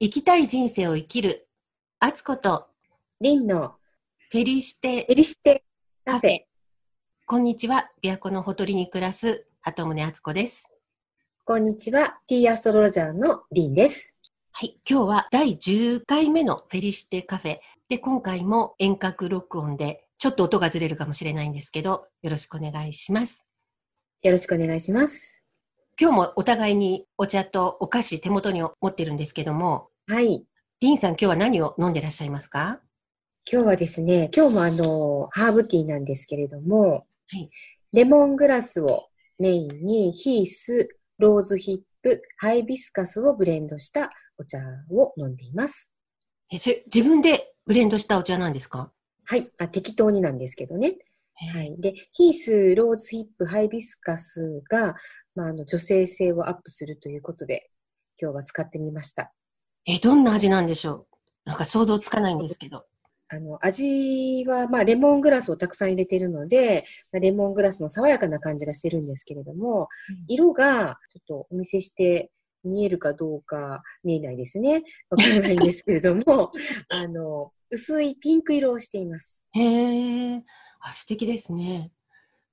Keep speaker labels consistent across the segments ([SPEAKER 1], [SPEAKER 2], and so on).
[SPEAKER 1] 生きたい人生を生きる。あつこと
[SPEAKER 2] リンの
[SPEAKER 1] フェリシテ
[SPEAKER 2] エリシテカフェ。
[SPEAKER 1] こんにちは。琵琶湖のほとりに暮らす鳩宗敦子です。
[SPEAKER 2] こんにちは。T アストロロジャーのリンです。
[SPEAKER 1] はい。今日は第10回目のフェリシテカフェ。で、今回も遠隔録音で、ちょっと音がずれるかもしれないんですけど、よろしくお願いします。
[SPEAKER 2] よろしくお願いします。
[SPEAKER 1] 今日もお互いにお茶とお菓子手元に持ってるんですけども、
[SPEAKER 2] はい。
[SPEAKER 1] リンさん今日は何を飲んでらっしゃいますか
[SPEAKER 2] 今日はですね、今日もあの、ハーブティーなんですけれども、
[SPEAKER 1] はい
[SPEAKER 2] レモングラスをメインに、ヒース、ローズヒップ、ハイビスカスをブレンドしたお茶を飲んでいます。
[SPEAKER 1] え、それ自分でブレンドしたお茶なんですか
[SPEAKER 2] はい。あ適当になんですけどね。
[SPEAKER 1] は
[SPEAKER 2] はい。で、ヒース、ローズヒップ、ハイビスカスが、まあ、あの、女性性をアップするということで、今日は使ってみました。
[SPEAKER 1] え、どんな味なんでしょうなんか想像つかないんですけど。
[SPEAKER 2] あの、味は、まあ、レモングラスをたくさん入れているので、まあレモングラスの爽やかな感じがしてるんですけれども、
[SPEAKER 1] うん
[SPEAKER 2] 色が、ちょっとお見せして見えるかどうか見えないですね。わからないんですけれ ども、あの、薄いピンク色をしています。
[SPEAKER 1] へえ、あ、素敵ですね。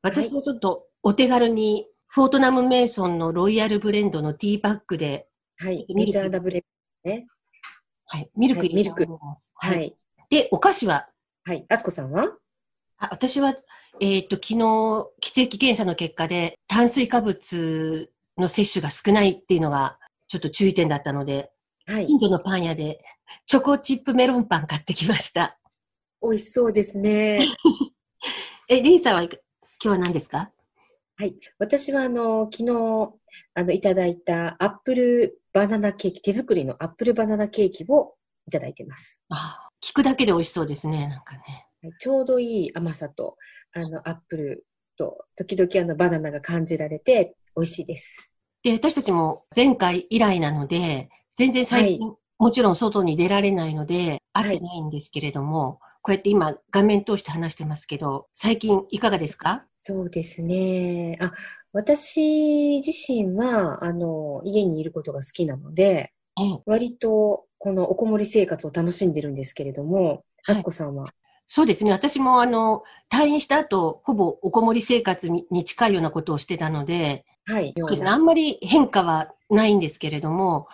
[SPEAKER 1] 私もちょっとお手軽に、フォートナム・メイソンのロイヤルブレンドのティーバッグで、
[SPEAKER 2] はい。
[SPEAKER 1] ミルク
[SPEAKER 2] メジャーダブル。ね。
[SPEAKER 1] はい、ミルク
[SPEAKER 2] はい
[SPEAKER 1] 入れてます。
[SPEAKER 2] は
[SPEAKER 1] はい。
[SPEAKER 2] い。
[SPEAKER 1] で、お菓子は
[SPEAKER 2] はい。あつこさんは
[SPEAKER 1] あ私は、えっ、と、昨日、血液検査の結果で、炭水化物の摂取が少ないっていうのが、ちょっと注意点だったので、
[SPEAKER 2] はい。
[SPEAKER 1] 近所のパン屋で、チョコチップメロンパン買ってきました。
[SPEAKER 2] 美味しそうです ね。
[SPEAKER 1] え、リンさんはいか今日は何ですか
[SPEAKER 2] はい。私は、あの、昨日、あの、いただいたアップルバナナケーキ、手作りのアップルバナナケーキをいただいてます。
[SPEAKER 1] あ聞くだけで美味しそうですね、なんかね。
[SPEAKER 2] はいちょうどいい甘さと、あの、アップルと、時々あの、バナナが感じられて、美味しいです。
[SPEAKER 1] で、私たちも前回以来なので、全然最近、もちろん外に出られないので、
[SPEAKER 2] はい
[SPEAKER 1] 会ってないんですけれども、こうやって今画面通して話してますけど、最近いかがですか
[SPEAKER 2] そうですね。あ、私自身は、あの、家にいることが好きなので、
[SPEAKER 1] ええ
[SPEAKER 2] 割と、このおこもり生活を楽しんでるんですけれども、
[SPEAKER 1] はい
[SPEAKER 2] あつこさんは
[SPEAKER 1] そうですね。私もあの、退院した後、ほぼおこもり生活にに近いようなことをしてたので、
[SPEAKER 2] はい。
[SPEAKER 1] そうですね。あんまり変化はないんですけれども、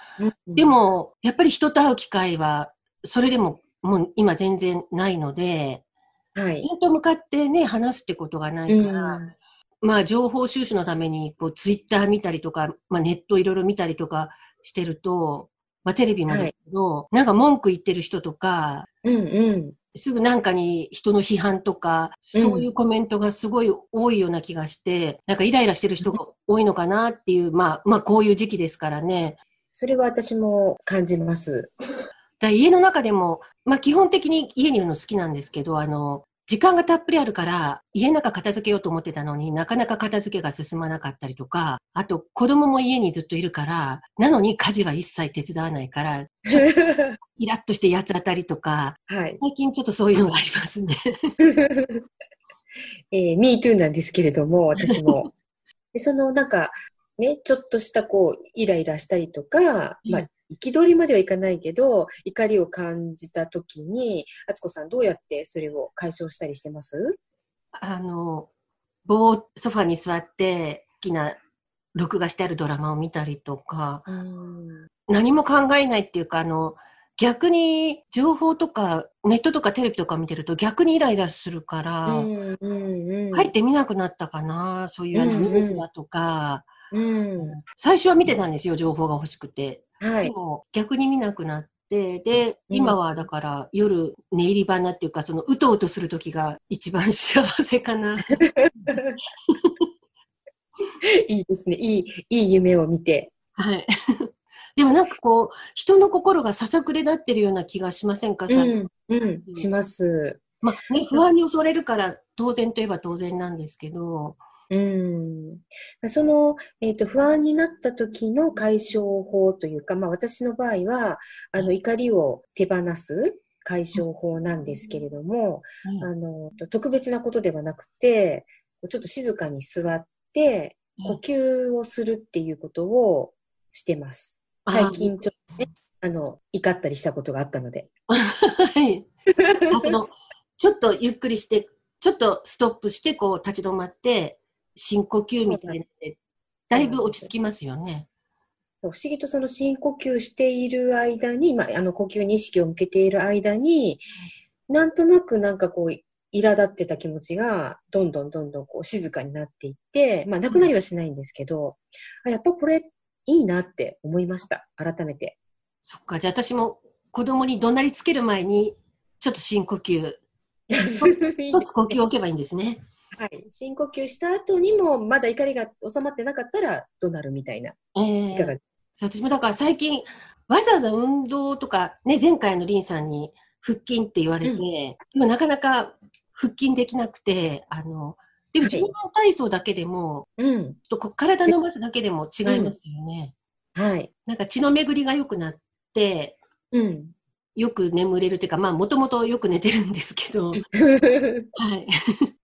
[SPEAKER 1] で
[SPEAKER 2] も、
[SPEAKER 1] も、やっぱり人と会う機会は、それでももう今全然ないので、
[SPEAKER 2] はい。
[SPEAKER 1] 面と向かってね、話すってことがないから、
[SPEAKER 2] うん
[SPEAKER 1] まあ情報収集のために、こう、ツイッター見たりとか、まあネットいろいろ見たりとかしてると、まあテレビもですけど、なんか文句言ってる人とか、
[SPEAKER 2] うんうん。
[SPEAKER 1] すぐなんかに人の批判とか、そういうコメントがすごい多いような気がして、なんかイライラしてる人が多いのかなっていう、まあ、まあこういう時期ですからね。
[SPEAKER 2] それは私も感じ ます。
[SPEAKER 1] だから家の中でも、まあ基本的に家にいるの好きなんですけど、あの、時間がたっぷりあるから、家の中片付けようと思ってたのになかなか片付けが進まなかったりとか、あと子供も家にずっといるから、なのに家事は一切手伝わないから、イラッとして八つ当たりとか、
[SPEAKER 2] はい。
[SPEAKER 1] 最近ちょっとそういうのがありますね。
[SPEAKER 2] えー、MeToo なんですけれども、私も。 でその、なんか、ね、ちょっとした、こう、イライラしたりとか、ま
[SPEAKER 1] う
[SPEAKER 2] あ、憤りまではいかないけど、怒りを感じたときに、あつこさん、どうやってそれを解消したりしてます
[SPEAKER 1] あの、ぼーソファに座って、好きな録画してあるドラマを見たりとか、何も考えないっていうか、あの、逆に情報とか、ネットとかテレビとか見てると逆にイライラするから、
[SPEAKER 2] うんうんうん。
[SPEAKER 1] 帰っ。て見なくなったかな、そういうあの
[SPEAKER 2] うんうん
[SPEAKER 1] ニュースだとか、
[SPEAKER 2] うん。
[SPEAKER 1] 最初は見てたんですよ、情報が欲しくて。
[SPEAKER 2] は
[SPEAKER 1] で
[SPEAKER 2] い。
[SPEAKER 1] も逆に見なくなって、で、
[SPEAKER 2] うん
[SPEAKER 1] 今はだから夜寝入り花っていうか、そのうとうとする時が一番幸せか な。
[SPEAKER 2] いいですね。いい、いい夢を見て。
[SPEAKER 1] はい。 でもなんかこう、人の心がささくれ立ってるような気がしませんか、さ
[SPEAKER 2] うん、うん、します。
[SPEAKER 1] まあね、不安に恐れるから当然といえば当然なんですけど、
[SPEAKER 2] うん、その、えっと不安になった時の解消法というか、まあ、私の場合はあの怒りを手放す解消法なんですけれども、あの特別なことではなくてちょっと静かに座って
[SPEAKER 1] うん
[SPEAKER 2] 呼吸をするっていうことをしてます。最近ちょっとねあの、怒ったりしたことがあったので。
[SPEAKER 1] はい。 あその、ちょっとゆっくりして、ちょっとストップして、こう立ち止まって、深呼吸みたいなので、だいぶ落ち着きますよね。
[SPEAKER 2] 不思議とその深呼吸している間に、まあ、あの呼吸に意識を向けている間に、なんとなくなんかこう、苛立ってた気持ちが、どんどんどんどんこう静かになっていって、まあ、なくなりはしないんですけど、あやっぱこれ、いいなって思いました。改めて。
[SPEAKER 1] そっか。じゃあ私も子供に怒鳴りつける前に、ちょっと深呼吸、一つ呼吸を置けばいいんですね。
[SPEAKER 2] はい。深呼吸した後にも、まだ怒りが収まってなかったら、どうなるみたいな。
[SPEAKER 1] え
[SPEAKER 2] い
[SPEAKER 1] ー
[SPEAKER 2] かが
[SPEAKER 1] そう私もだから最近、わざわざ運動とか、ね、前回のリンさんに腹筋って言われて、
[SPEAKER 2] うん
[SPEAKER 1] 今なかなか腹筋できなくて、あの、でも
[SPEAKER 2] はい
[SPEAKER 1] 柔軟体操だけでも、
[SPEAKER 2] うん。
[SPEAKER 1] ちょっとこう体伸ばすだけでも違いますよね。
[SPEAKER 2] はい。
[SPEAKER 1] なんか血の巡りが良くなって、
[SPEAKER 2] うん。
[SPEAKER 1] よく眠れるというか、まあもともとよく寝てるんですけど、は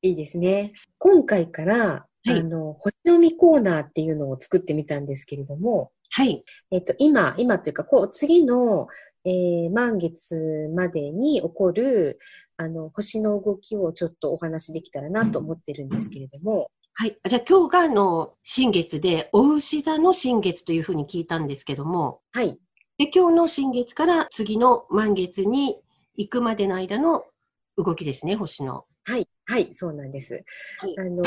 [SPEAKER 1] い。
[SPEAKER 2] いいですね。今回から、
[SPEAKER 1] い
[SPEAKER 2] あの、星飲みコーナーっていうのを作ってみたんですけれども、
[SPEAKER 1] はい。
[SPEAKER 2] えっと、今、今というか、こう、次の、えー満月までに起こる、あの、星の動きをちょっとお話しできたらなと思ってるんですけれども、
[SPEAKER 1] はい。じゃあ今日があの、新月で、お牛座の新月というふうに聞いたんですけども、
[SPEAKER 2] はい。
[SPEAKER 1] で、今日の新月から次の満月に行くまでの間の動きですね、星の。
[SPEAKER 2] はい、はい、そうなんです。
[SPEAKER 1] はい
[SPEAKER 2] あの、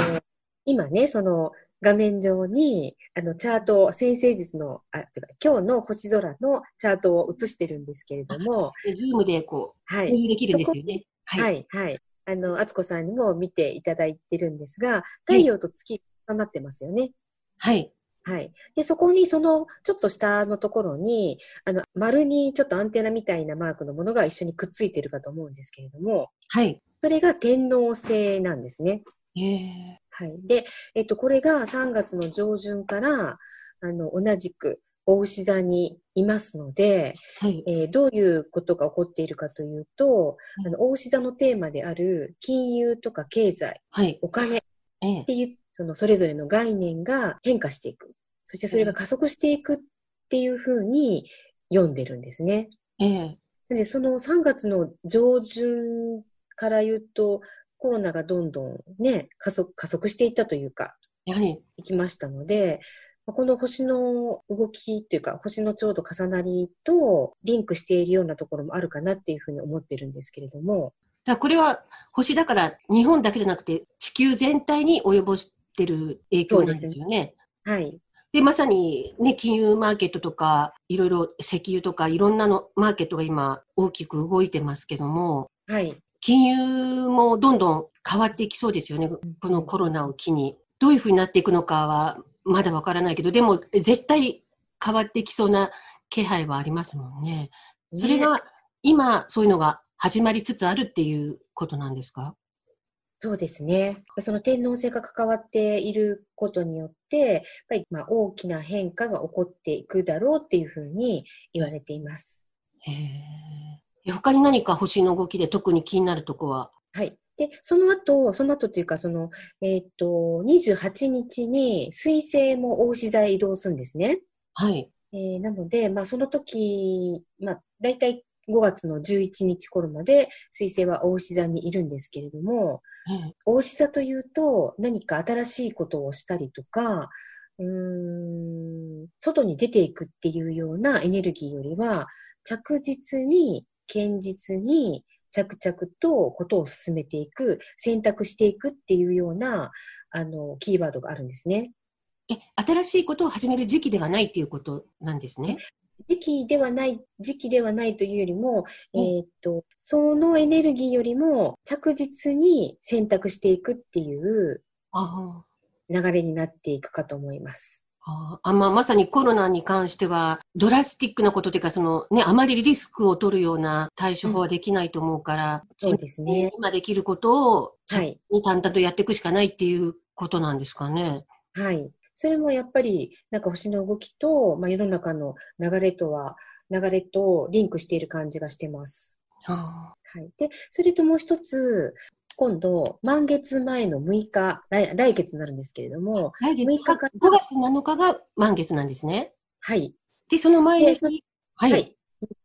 [SPEAKER 2] 今ね、その画面上に、あの、チャートを、先生術の、あ、てか、今日の星空のチャートを映してるんですけれども、
[SPEAKER 1] でズームでこ
[SPEAKER 2] は
[SPEAKER 1] う、
[SPEAKER 2] い
[SPEAKER 1] 共。有できるんですよね。はい。
[SPEAKER 2] は
[SPEAKER 1] はい。
[SPEAKER 2] い、はい。あの、あつこさんにも見ていただいてるんですが、太陽と月がなってますよね。はい。で、そこにその、ちょっと下のところに、あの、丸にちょっとアンテナみたいなマークのものが一緒にくっついてるかと思うんですけれども、
[SPEAKER 1] はい。
[SPEAKER 2] それが天王星なんですね。
[SPEAKER 1] え
[SPEAKER 2] はい。で、えっと、これが3月の上旬から、あの、同じく、お牛座にいますので、
[SPEAKER 1] ー、はい。
[SPEAKER 2] えーどういうことが起こっているかというと、
[SPEAKER 1] うん
[SPEAKER 2] あの、お牛座のテーマである、金融とか経済、
[SPEAKER 1] はい。
[SPEAKER 2] お金っ
[SPEAKER 1] えー、
[SPEAKER 2] ていう、その、それぞれの概念が変化していく。そしてそれが加速していくっていうふうに読んでるんですね。
[SPEAKER 1] えー、
[SPEAKER 2] なんで、その3月の上旬から言うと、コロナがどんどんね、加速、加速していったというか、
[SPEAKER 1] やはり、
[SPEAKER 2] 行きましたので、まあこの星の動きというか、星のちょうど重なりとリンクしているようなところもあるかなっていうふうに思ってるんですけれども、
[SPEAKER 1] だからこれは星だから日本だけじゃなくて地球全体に及ぼしてる影響なんですよね。
[SPEAKER 2] はい、
[SPEAKER 1] で、まさにね、金融マーケットとか、いろいろ石油とか、いろんなのマーケットが今大きく動いてますけども、
[SPEAKER 2] はい、
[SPEAKER 1] 金融もどんどん変わっていきそうですよね、このコロナを機に。どういうふうになっていくのかはまだわからないけど、でも絶対変わっていきそうな気配はありますもんね。それ
[SPEAKER 2] ね
[SPEAKER 1] が今、そういうのが始まりつつあるっていうことなんですか
[SPEAKER 2] そうですね。その天皇星が関わっていることによって、やっぱりまあ大きな変化が起こっていくだろうっていうふうに言われています。
[SPEAKER 1] へえ。他に何か星の動きで特に気になるとこは
[SPEAKER 2] はい。で、その後、その後というか、その、えっと、28日に水星も大志座へ移動するんですね。
[SPEAKER 1] はい。
[SPEAKER 2] えーなので、まあ、その時、まあ、大体5月の11日頃まで、水星は大牛座にいるんですけれども、
[SPEAKER 1] うん
[SPEAKER 2] 大牛座というと、何か新しいことをしたりとか、うーん、外に出ていくっていうようなエネルギーよりは、着実に、堅実に、着々とことを進めていく、選択していくっていうような、あの、キーワードがあるんですね。
[SPEAKER 1] え新しいことを始める時期ではないっていうことなんですね。
[SPEAKER 2] 時期ではない、時期ではないというよりも、
[SPEAKER 1] うん
[SPEAKER 2] えーっと、そのエネルギーよりも着実に選択していくっていう
[SPEAKER 1] ああ
[SPEAKER 2] 流れになっていくかと思います。
[SPEAKER 1] あーあまあ、まさにコロナに関しては、ドラスティックなことというか、そのね、あまりリスクを取るような対処法はできないと思うから、
[SPEAKER 2] そうですね。
[SPEAKER 1] 今できることを、
[SPEAKER 2] はい。
[SPEAKER 1] に淡々とやっていくしかないっていうことなんですかね。
[SPEAKER 2] はい。それもやっぱり、なんか星の動きと、まあ、世の中の流れとは、流れとリンクしている感じがしてます。
[SPEAKER 1] あ
[SPEAKER 2] はい。で、それともう一つ、今度、満月前の6日、来来月になるんですけれども、
[SPEAKER 1] ー来月
[SPEAKER 2] 6日か
[SPEAKER 1] 5月7日が満月なんですね。
[SPEAKER 2] はい。
[SPEAKER 1] で、その前
[SPEAKER 2] で
[SPEAKER 1] に
[SPEAKER 2] そ、
[SPEAKER 1] はい、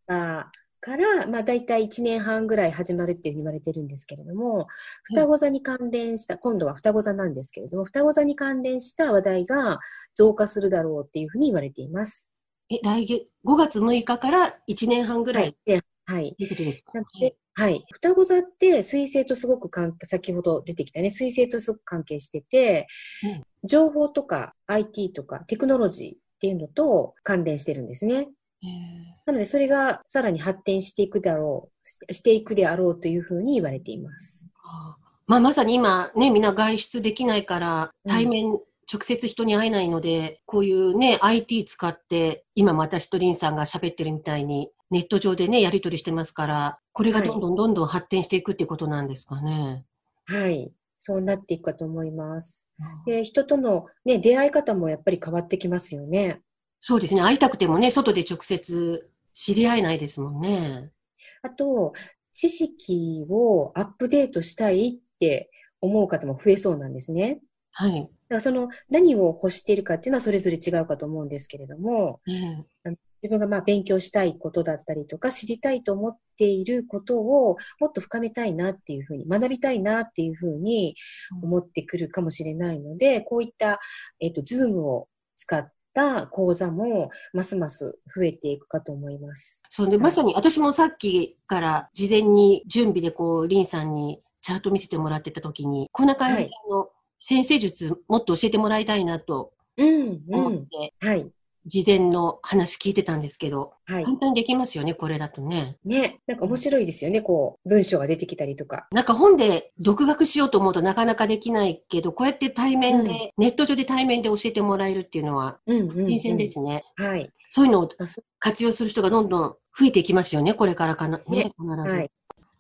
[SPEAKER 2] たから、まあ、大体1年半ぐらい始まるっていうふうに言われてるんですけれども、双子座に関連した、今度は双子座なんですけれども、双子座に関連した話題が増加するだろうっていうふうに言われています。
[SPEAKER 1] え、来月、5月6日から1年半ぐらい。
[SPEAKER 2] はいはい。
[SPEAKER 1] ということですか。
[SPEAKER 2] なので、はい。双子座って水星とすごく関係、先ほど出てきたね、水星とすごく関係してて、うん、情報とか IT とかテクノロジーっていうのと関連してるんですね。なので、それがさらに発展していくだろう、していくであろうというふうに言われています。
[SPEAKER 1] まあ、まさに今、ね、みんな外出できないから、対面、うん、直接人に会えないので、こういうね、IT 使って、今も私とリンさんが喋ってるみたいに、ネット上でね、やり取りしてますから、これがどんどんどんどん発展していくってことなんですかね。
[SPEAKER 2] はい、はい、そうなっていくかと思います。で、人とのね、出会い方もやっぱり変わってきますよね。
[SPEAKER 1] そうですね。会いたくてもね、外で直接知り合えないですもんね。
[SPEAKER 2] あと、知識をアップデートしたいって思う方も増えそうなんですね。
[SPEAKER 1] はい。だ
[SPEAKER 2] からその何を欲しているかっていうのはそれぞれ違うかと思うんですけれども、うん、あの自分がまあ勉強したいことだったりとか知りたいと思っていることをもっと深めたいなっていうふうに学びたいなっていうふうに思ってくるかもしれないので、こういった、えっ、ー、と、ズームを使ってた講座もますます増えていくかと思います。
[SPEAKER 1] そうで、まさに私もさっきから事前に準備でこう、リンさんにチャート見せてもらってた時に、こんな感じの先生術もっと教えてもらいたいなと思って、
[SPEAKER 2] はい。
[SPEAKER 1] 事前の話聞いてたんですけど、
[SPEAKER 2] はい、
[SPEAKER 1] 簡単にできますよね、これだとね。
[SPEAKER 2] ね、なんか面白いですよね、こう、文章が出てきたりとか。
[SPEAKER 1] なんか本で独学しようと思うとなかなかできないけど、こうやって対面で、うん、ネット上で対面で教えてもらえるっていうのは、新鮮ですね、
[SPEAKER 2] うんうんうん。はい。
[SPEAKER 1] そういうのを活用する人がどんどん増えていきますよね、これからかな、ね、ね必ず。はい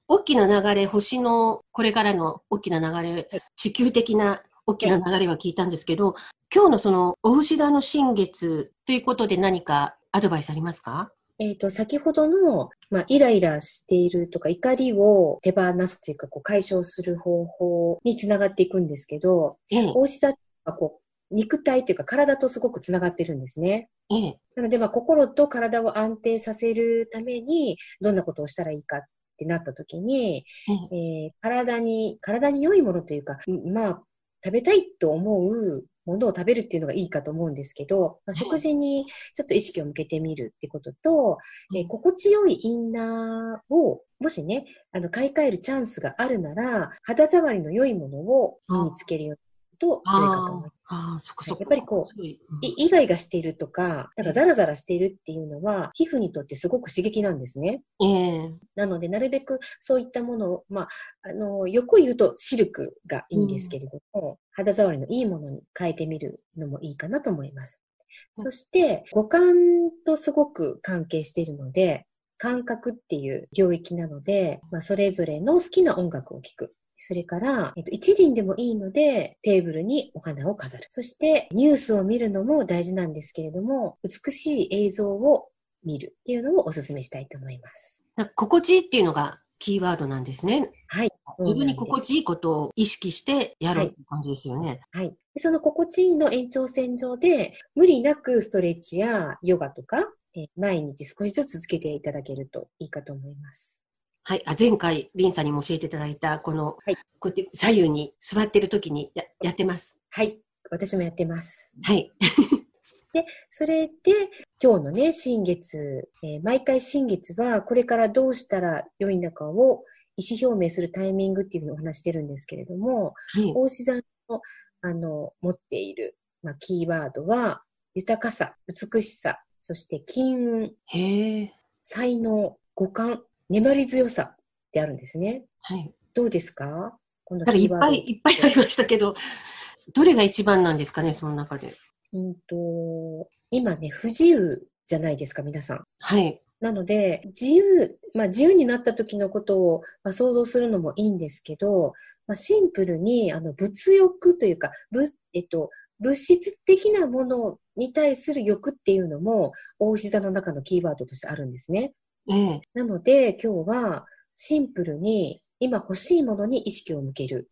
[SPEAKER 1] 大きな流れ、星の、これからの大きな流れ、地球的な大きな流れは聞いたんですけど、今日のその、お牛座の新月ということで何かアドバイスありますか
[SPEAKER 2] えっ、ー、と、先ほどの、まあ、イライラしているとか、怒りを手放すというか、こう、解消する方法につながっていくんですけど、
[SPEAKER 1] ええ、
[SPEAKER 2] お牛座はこう、肉体というか体とすごくつながってるんですね。
[SPEAKER 1] ええ、
[SPEAKER 2] なので、まあ、心と体を安定させるために、どんなことをしたらいいかってなった時に、うん、えー、体に、体に良いものというか、まあ、食べたいと思うものを食べるっていうのがいいかと思うんですけど、まあ、食事にちょっと意識を向けてみるってことと、うん、えー、心地よいインナーを、もしね、あの、買い替えるチャンスがあるなら、肌触りの良いものを身につけるようにと良いかと思います。
[SPEAKER 1] ああ、そこそこ。
[SPEAKER 2] やっぱりこう、イガイガしているとか、なんかザラザラしているっていうのは、皮膚にとってすごく刺激なんですね。
[SPEAKER 1] えー、
[SPEAKER 2] なので、なるべくそういったものを、まあ、あの、よく言うとシルクがいいんですけれども、うん、肌触りのいいものに変えてみるのもいいかなと思います。うん、そして、五感とすごく関係しているので、感覚っていう領域なので、まあ、それぞれの好きな音楽を聴く。それから、えっと、一輪でもいいので、テーブルにお花を飾る。そして、ニュースを見るのも大事なんですけれども、美しい映像を見るっていうのをお勧めしたいと思います。
[SPEAKER 1] 心地いいっていうのがキーワードなんですね。
[SPEAKER 2] はい。
[SPEAKER 1] 自分に心地いいことを意識してやるって感じですよね。
[SPEAKER 2] はい。はい、その心地いいの延長線上で、無理なくストレッチやヨガとか、え毎日少しずつ続けていただけるといいかと思います。
[SPEAKER 1] はい、あ前回、リンさんにも教えていただいた、この、はい、こうやって左右に座ってる時にやってます。
[SPEAKER 2] はい、私もやってます。
[SPEAKER 1] はい。
[SPEAKER 2] で、それで、今日のね、新月、えー、毎回新月は、これからどうしたら良いのかを意思表明するタイミングっていうふうにお話してるんですけれども、はい、大志座の、あの、持っている、まあ、キーワードは、豊かさ、美しさ、そして金
[SPEAKER 1] 運、
[SPEAKER 2] 才能、五感、粘り強さってあるんですね。
[SPEAKER 1] はい。
[SPEAKER 2] どうですか
[SPEAKER 1] このいっぱいいっぱいありましたけど、どれが一番なんですかね、その中で。
[SPEAKER 2] うんと、今ね、不自由じゃないですか、皆さん。
[SPEAKER 1] はい。
[SPEAKER 2] なので、自由、まあ自由になった時のことを、まあ、想像するのもいいんですけど、まあ、シンプルに、あの、物欲というか、ぶ、えっと、物質的なものに対する欲っていうのも、大牛座の中のキーワードとしてあるんですね。
[SPEAKER 1] うん、
[SPEAKER 2] なので、今日はシンプルに今欲しいものに意識を向ける。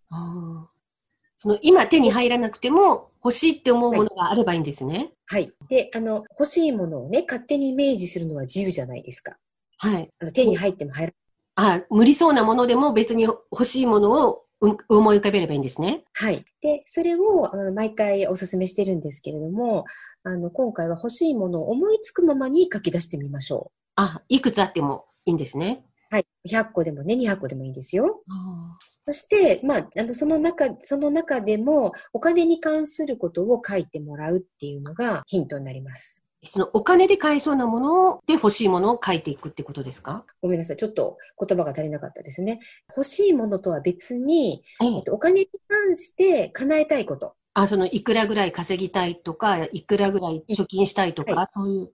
[SPEAKER 1] その今手に入らなくても欲しいって思うものがあればいいんですね。
[SPEAKER 2] はい。はい、で、あの、欲しいものをね、勝手にイメージするのは自由じゃないですか。
[SPEAKER 1] はい。
[SPEAKER 2] あの手に入っても入ら
[SPEAKER 1] あ、無理そうなものでも別に欲しいものをう思い浮かべればいいんですね。
[SPEAKER 2] はい。で、それをあの毎回お勧めしてるんですけれども、あの、今回は欲しいものを思いつくままに書き出してみましょ
[SPEAKER 1] あ、いくつあってもいいんですね。
[SPEAKER 2] う。はい。100個でもね、200個でもいいですよ。
[SPEAKER 1] あ
[SPEAKER 2] そして、まあ、あの、その中、その中でも、お金に関することを書いてもらうっていうのがヒントになります。
[SPEAKER 1] ーそのお金で買えそうなもので欲しいものを書いていくってことですか
[SPEAKER 2] ごめんなさい。ちょっと言葉が足りなかったですね。欲しいものとは別に、
[SPEAKER 1] え
[SPEAKER 2] え
[SPEAKER 1] え
[SPEAKER 2] っとお金に関して叶えたいこと。
[SPEAKER 1] あ、そのいくらぐらい稼ぎたいとか、いくらぐらい貯金したいとか、
[SPEAKER 2] は
[SPEAKER 1] そういう。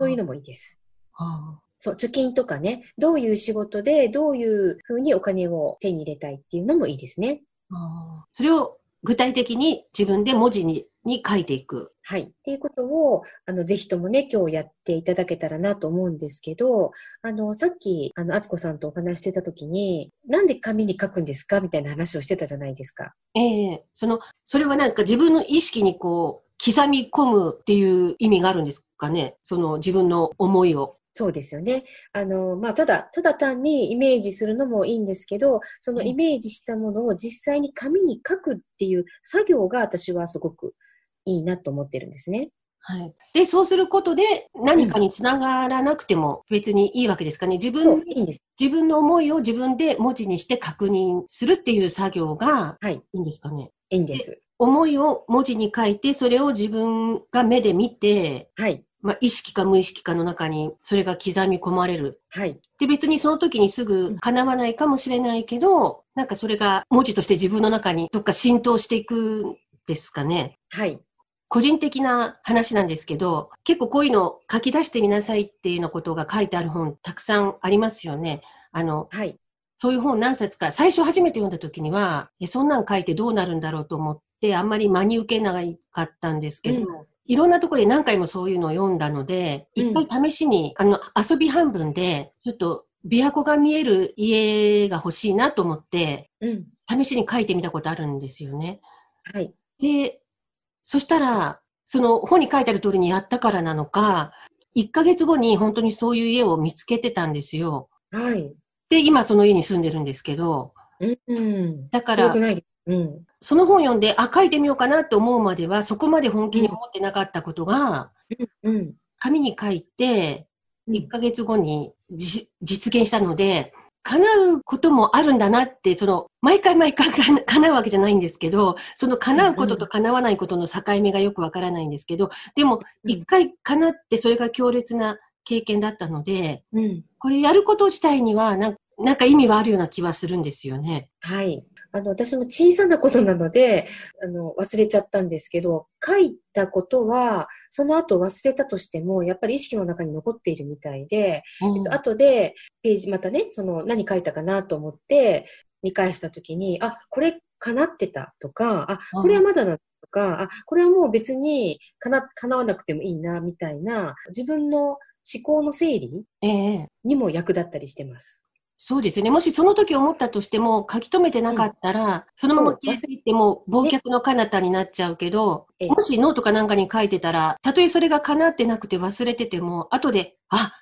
[SPEAKER 2] そういうのもいいです。
[SPEAKER 1] あ
[SPEAKER 2] そう、貯金とかね、どういう仕事で、どういうふうにお金を手に入れたいっていうのもいいですね。
[SPEAKER 1] ーあーそれを具体的に自分で文字にに書いていく。
[SPEAKER 2] はい。っていうことを、あの、ぜひともね、今日やっていただけたらなと思うんですけど、あの、さっき、あの、あつこさんとお話してた時に、なんで紙に書くんですかみたいな話をしてたじゃないですか。
[SPEAKER 1] ええその、それはなんか自分の意識にこう、刻み込むっていう意味があるんですかねその自分の思いを。
[SPEAKER 2] そうですよね。あの、まあ、ただ、ただ単にイメージするのもいいんですけど、そのイメージしたものを実際に紙に書くっていう作業が私はすごくいいなと思ってるんですね。
[SPEAKER 1] はい。で、そうすることで何かにつながらなくても別にいいわけですかね自
[SPEAKER 2] そ
[SPEAKER 1] 分
[SPEAKER 2] う、、いいんです。
[SPEAKER 1] 自分の思いを自分で文字にして確認するっていう作業が
[SPEAKER 2] はい
[SPEAKER 1] いいんですかね
[SPEAKER 2] いいんです。
[SPEAKER 1] 思いを文字に書いて、それを自分が目で見て、
[SPEAKER 2] はい。
[SPEAKER 1] まあ、意識か無意識かの中にそれが刻み込まれる。
[SPEAKER 2] はい。
[SPEAKER 1] で、別にその時にすぐ叶わないかもしれないけど、なんかそれが文字として自分の中にどっか浸透していくんですかね。
[SPEAKER 2] はい。
[SPEAKER 1] 個人的な話なんですけど、結構こういうの書き出してみなさいっていうようなことが書いてある本たくさんありますよね。あの、
[SPEAKER 2] はい。
[SPEAKER 1] そういう本何冊か、最初初めて読んだ時には、えそんなん書いてどうなるんだろうと思って、あんまり真に受けなかったんですけど、
[SPEAKER 2] うん
[SPEAKER 1] いろんなところで何回もそういうのを読んだので、
[SPEAKER 2] うん
[SPEAKER 1] 一回試しに、あの、遊び半分で、ちょっと、琵琶湖が見える家が欲しいなと思って、
[SPEAKER 2] うん。
[SPEAKER 1] 試しに書いてみたことあるんですよね。
[SPEAKER 2] はい。
[SPEAKER 1] で、そしたら、その本に書いてある通りにやったからなのか、1ヶ月後に本当にそういう家を見つけてたんですよ。
[SPEAKER 2] はい。
[SPEAKER 1] で、今その家に住んでるんですけど、
[SPEAKER 2] うん。
[SPEAKER 1] だから
[SPEAKER 2] すごくないです。うん。
[SPEAKER 1] その本読んで、あ、書いてみようかなと思うまでは、そこまで本気に思ってなかったことが、
[SPEAKER 2] うん。
[SPEAKER 1] 紙に書いて、
[SPEAKER 2] うん
[SPEAKER 1] 1ヶ月後にじ実現したので、叶うこともあるんだなって、その、毎回毎回叶うわけじゃないんですけど、その叶うことと叶わないことの境目がよくわからないんですけど、でも、
[SPEAKER 2] うん
[SPEAKER 1] 一回叶ってそれが強烈な経験だったので、
[SPEAKER 2] うん。
[SPEAKER 1] これやること自体にはなん、なんか意味はあるような気はするんですよね。
[SPEAKER 2] はい。あの、私も小さなことなので、あの、忘れちゃったんですけど、書いたことは、その後忘れたとしても、やっぱり意識の中に残っているみたいで、えっと、後で、ページまたね、その、何書いたかなと思って、見返したときに、あ、これ叶ってたとか、あ、これはまだなとか、あ、これはもう別に叶、叶わなくてもいいな、みたいな、自分の思考の整理
[SPEAKER 1] ええ
[SPEAKER 2] にも役立ったりしてます。
[SPEAKER 1] そうですよね。もしその時思ったとしても、書き留めてなかったら、そのまま消えていっても、忘却の彼方になっちゃうけど、
[SPEAKER 2] ええ
[SPEAKER 1] もしノートかなんかに書いてたら、たとえそれが叶ってなくて忘れてても、後で、あ、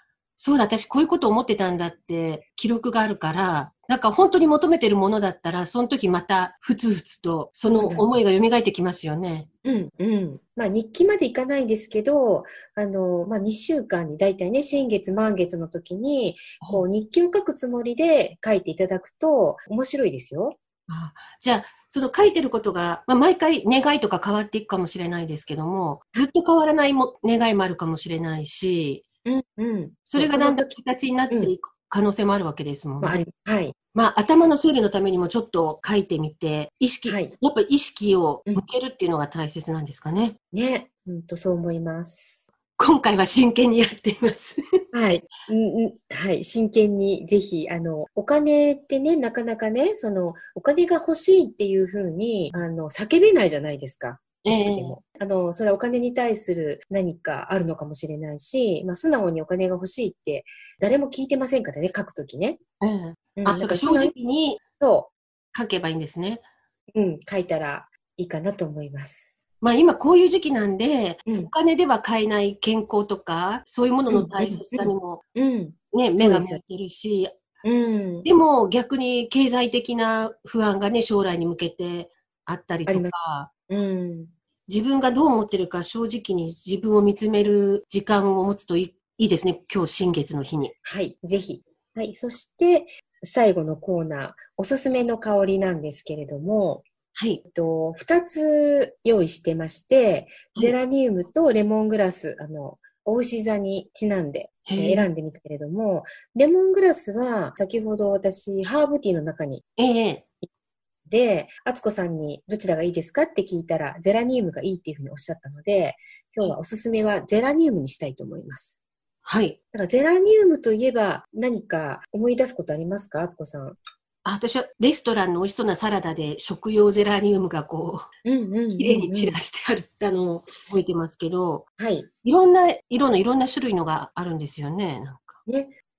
[SPEAKER 1] そうだ、私こういうこと思ってたんだって記録があるから、なんか本当に求めてるものだったら、その時またふつふつとその思いが蘇ってきますよね。
[SPEAKER 2] うん、うん。まあ日記までいかないですけど、あの、まあ2週間にだいたいね、新月満月の時に、こう日記を書くつもりで書いていただくと面白いですよ。
[SPEAKER 1] あじゃあ、その書いてることが、まあ、毎回願いとか変わっていくかもしれないですけども、ずっと変わらないも願いもあるかもしれないし、
[SPEAKER 2] うん、うん。
[SPEAKER 1] それがなんか
[SPEAKER 2] その時
[SPEAKER 1] 形になっていく可能性もあるわけですもん
[SPEAKER 2] もあ
[SPEAKER 1] ね。
[SPEAKER 2] り、はい、
[SPEAKER 1] まあ、頭の整理のためにもちょっと書いてみて、意識、
[SPEAKER 2] はい。
[SPEAKER 1] やっぱ意識を向けるっていうのが大切なんですかね。
[SPEAKER 2] ね。うんと、そう思います。
[SPEAKER 1] 今回は真剣にやっています。
[SPEAKER 2] はい。うんうんはい。真剣に、ぜひ、あの、お金ってね、なかなかね、その、お金が欲しいっていうふうに、あの、叫べないじゃないですか。欲しくても。あの、それはお金に対する何かあるのかもしれないし、まあ、素直にお金が欲しいって、誰も聞いてませんからね、書くときね。
[SPEAKER 1] うん
[SPEAKER 2] うん、
[SPEAKER 1] あ、そうか、正直に
[SPEAKER 2] そ
[SPEAKER 1] 書けばいいんですね。
[SPEAKER 2] う。うん、書いたらいいかなと思います。
[SPEAKER 1] まあ今こういう時期なんで、
[SPEAKER 2] う
[SPEAKER 1] お
[SPEAKER 2] ん。
[SPEAKER 1] 金では買えない健康とか、そういうものの大切さにも
[SPEAKER 2] うん。
[SPEAKER 1] ね、
[SPEAKER 2] そ
[SPEAKER 1] 目
[SPEAKER 2] う
[SPEAKER 1] が
[SPEAKER 2] です
[SPEAKER 1] 向いてるし、
[SPEAKER 2] うん。
[SPEAKER 1] でも逆に経済的な不安がね、将来に向けてあったり
[SPEAKER 2] あ
[SPEAKER 1] と
[SPEAKER 2] りま
[SPEAKER 1] か、
[SPEAKER 2] うん。
[SPEAKER 1] 自分がどう思ってるか正直に自分を見つめる時間を持つといいいいですね、今日新月の日に。
[SPEAKER 2] はい。ぜひ。はい。そして、最後のコーナー、おすすめの香りなんですけれども、
[SPEAKER 1] はい
[SPEAKER 2] えっ。と、二つ用意してまして、
[SPEAKER 1] はい
[SPEAKER 2] ゼラニウムとレモングラス、あの、お牛座にちなんで、え
[SPEAKER 1] へえ
[SPEAKER 2] ー選んでみたけれども、レモングラスは先ほど私、ハーブティーの中に
[SPEAKER 1] ええ
[SPEAKER 2] で、敦子さんにどちらがいいですかって聞いたら、ゼラニウムがいいっていうふうにおっしゃったので、今日はおすすめはゼラニウムにしたいと思います。
[SPEAKER 1] はい。
[SPEAKER 2] だからゼラニウムといえば何か思い出すことありますか敦子さん。
[SPEAKER 1] あ私はレストランの美味しそうなサラダで食用ゼラニウムがこ
[SPEAKER 2] うんうんうん、う
[SPEAKER 1] う、
[SPEAKER 2] ん。
[SPEAKER 1] 綺麗に散らしてあるったのを覚えてますけど、
[SPEAKER 2] はい。
[SPEAKER 1] いろんな色のいろんな種類のがあるんですよね、なんか。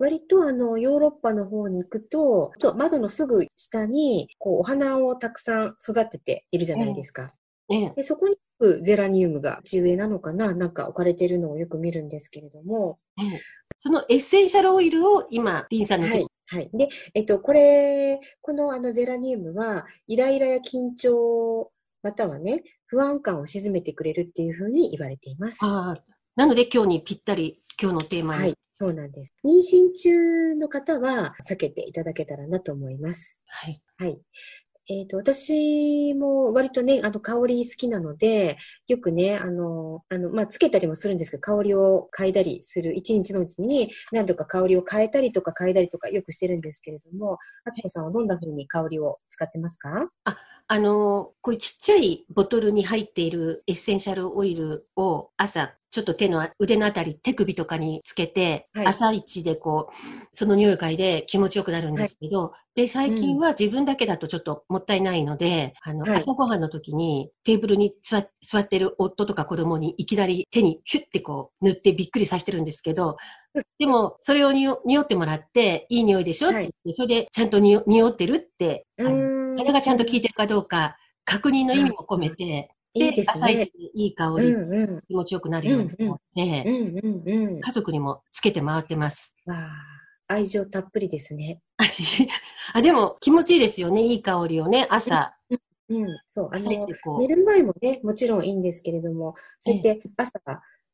[SPEAKER 2] 割とあの、ヨーロッパの方に行くと、と窓のすぐ下に、こう、お花をたくさん育てているじゃないですか。
[SPEAKER 1] ね
[SPEAKER 2] で、そこによくゼラニウムが地植えなのかななんか置かれてるのをよく見るんですけれども、
[SPEAKER 1] ええそのエッセンシャルオイルを今、リンさんのと
[SPEAKER 2] は
[SPEAKER 1] こ
[SPEAKER 2] い。はい。で、えっと、これ、このあのゼラニウムは、イライラや緊張、またはね、不安感を鎮めてくれるっていうふうに言われています。は
[SPEAKER 1] あーなので今日にぴったり、今日のテーマに。
[SPEAKER 2] い。そうなんです。妊娠中の方は避けていただけたらなと思います。
[SPEAKER 1] はい。
[SPEAKER 2] はい。えっと、私も割とね、あの、香り好きなので、よくね、あの、あの、まあ、つけたりもするんですけど、香りを嗅いだりする、一日のうちに何度か香りを変えたりとか嗅いだりとかよくしてるんですけれども、あつこさんはどんな風に香りを使ってますか
[SPEAKER 1] あの、こういうちっちゃいボトルに入っているエッセンシャルオイルを朝、ちょっと手のあ腕のあたり、手首とかにつけて、
[SPEAKER 2] はい
[SPEAKER 1] 朝一でこう、その匂い嗅いで気持ちよくなるんですけど、で、最近は自分だけだとちょっともったいないので、あの、
[SPEAKER 2] はい
[SPEAKER 1] 朝ごはんの時にテーブルに座座ってる夫とか子供にいきなり手にヒュッてこう塗ってびっくりさせてるんですけど、でも、それをにお匂ってもらって、いい匂いでしょって言って、それでちゃんとにお匂ってるって、あの
[SPEAKER 2] ん
[SPEAKER 1] 体がちゃんと効いてるかどうか、確認の意味も込めて、
[SPEAKER 2] いいです
[SPEAKER 1] 朝
[SPEAKER 2] ね
[SPEAKER 1] 一。いい香
[SPEAKER 2] うん
[SPEAKER 1] り、
[SPEAKER 2] うん。
[SPEAKER 1] 気持ちよくなるように思って、
[SPEAKER 2] うんうんうん。
[SPEAKER 1] 家族にもつけて回ってます。
[SPEAKER 2] わあ、愛情たっぷりですね。
[SPEAKER 1] あいい あでも気持ちいいですよね、いい香りをね、朝、
[SPEAKER 2] うん。そう。あ
[SPEAKER 1] 朝
[SPEAKER 2] の
[SPEAKER 1] 一、でこう
[SPEAKER 2] 寝。る前もね、もちろんいいんですけれども、そうやって朝、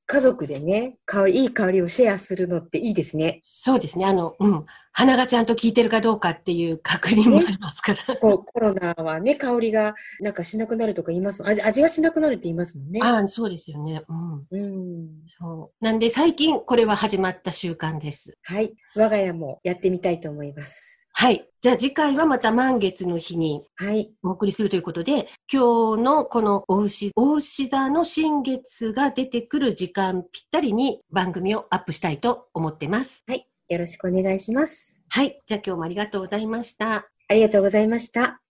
[SPEAKER 2] 家族でね、香り、いい香りをシェアするのっていいですね。
[SPEAKER 1] そうですね、あの、うん、鼻がちゃんと効いてるかどうかっていう確認もあ
[SPEAKER 2] ね
[SPEAKER 1] りますから。
[SPEAKER 2] こう、コロナはね、香りがなんかしなくなるとか言いますもん。味、味がしなくなるって言いますもんね。
[SPEAKER 1] ああ、そうですよね。うん。
[SPEAKER 2] うん。
[SPEAKER 1] そう。なんで最近これは始まった習慣です。
[SPEAKER 2] はい。我が家もやってみたいと思います。
[SPEAKER 1] はい。じゃあ次回はまた満月の日に
[SPEAKER 2] はい。
[SPEAKER 1] お送りするということで、今日のこのお牛、お牛座の新月が出てくる時間ぴったりに番組をアップしたいと思ってます。
[SPEAKER 2] よろしくお願いします。
[SPEAKER 1] はい。じゃあ今日もありがとうございました。
[SPEAKER 2] ありがとうございました。